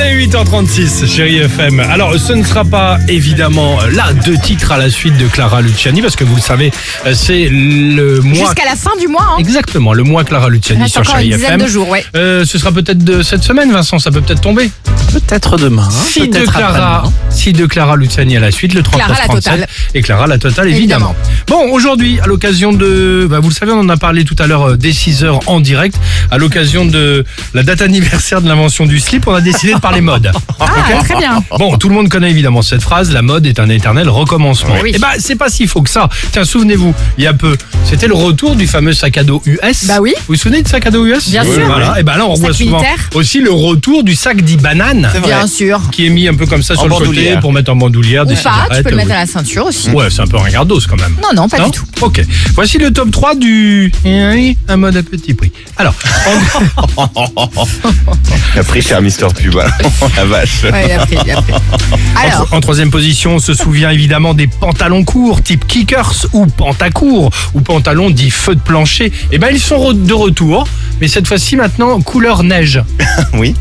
8h36, chérie FM. Alors, ce ne sera pas évidemment là deux titres à la suite de Clara Luciani, parce que vous le savez, euh, c'est le mois. Jusqu'à la fin du mois, hein. Exactement, le mois Clara Il Luciani reste sur encore une chérie dizaine FM. de jours, ouais. Euh, ce sera peut-être de cette semaine, Vincent, ça peut peut-être tomber. Peut-être demain. Hein, hein, Si de peut-être Clara, après-demain. si de Clara Luciani à la suite, le 39 Clara la 37, totale. et Clara la totale évidemment. Bon, aujourd'hui, à l'occasion de, bah, vous le savez, on en a parlé tout à l'heure euh, dès 6 heures en direct, à l'occasion de la date anniversaire de l'invention du slip, on a décidé de parler mode. Ah, très bien. Bon, tout le monde connaît évidemment cette phrase, la mode est un éternel recommencement. Oui. Et bah, c'est pas si faux que ça. Tiens, souvenez-vous, il y a peu, c'était le retour du fameux sac à dos US. Bah oui. Vous vous souvenez de sac à dos US Bien Oui, sûr. Voilà, et bah là, on Sac voit souvent militaire. aussi le retour du sac dit banane C'est vrai. Bien sûr. qui est mis un peu comme ça En sur le côté bandoulière. pour mettre en bandoulière Ou des pas, tu cigarettes, peux le euh, mettre à la ceinture aussi. Ouais, c'est un peu un regardos quand même. Non, non, pas Non du tout. Ok. Voici le top 3 du. eh Un mode à petit prix. Alors, en- Après, cher Mister Pub, alors, la vache. Ouais, il a pris, il a pris. Alors, en, en troisième position, on se souvient évidemment des pantalons courts, type kickers ou pantacourt, ou pantalons dits feu de plancher. Eh ben, ils sont re- de retour, mais cette fois-ci maintenant couleur neige. Oui.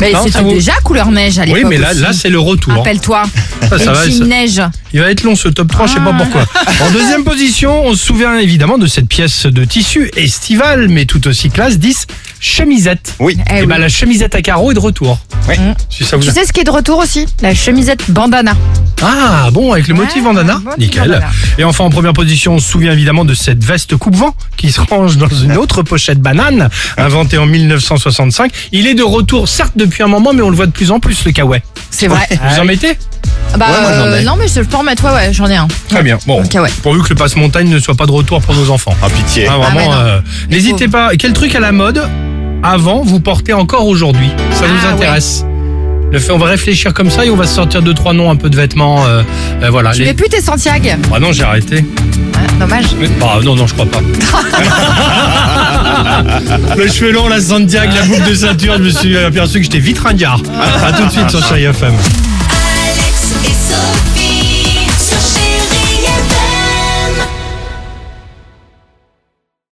mais Non, ça c'était vaut- déjà couleur neige à l'époque. Oui, mais là, aussi. là c'est le retour. hein. Rappelle-toi. Ça, ça va, Les ça- jeans neige. Il va être long ce top 3, je sais pas Ah. pourquoi. En deuxième position, on se souvient évidemment de cette pièce de tissu estivale, mais tout aussi classe 10, chemisette. Oui. Eh et oui. bah la chemisette à carreaux est de retour. Oui. Mm. Si ça vous Tu sais ce qui est de retour aussi La chemisette bandana. Ah bon, avec le Ouais, motif bandana, motif nickel. bandana. Et enfin en première position, on se souvient évidemment de cette veste coupe-vent qui se range dans une autre pochette banane, inventée en 1965. Il est de retour certes depuis un moment, mais on le voit de plus en plus le kawaii. C'est vrai. Vous en mettez Bah, Ouais, moi, j'en euh, ai. non, mais je peux en mettre. Ouais, ouais, j'en ai un. Très bien. Bon, Ok, ouais. pourvu que le passe montagne ne soit pas de retour pour nos enfants. Ah, pitié. Ah, Ah ouais, vraiment, non. euh, n'hésitez pas. Quel truc à la mode avant vous portez encore aujourd'hui Ça nous Ah ouais. intéresse. Le fait, on va réfléchir comme ça et on va se sortir deux trois noms un peu de vêtements. euh, euh, voilà. Tu Les- mets plus tes Santiago. Ah non, j'ai arrêté. Ouais, dommage. Mais- Bah non, non, je crois pas. Le cheveu long, la Santiago, la boucle de ceinture, je me suis aperçu que j'étais vite ringard. A tout de suite sur Chérie FM. Alex et Sophie.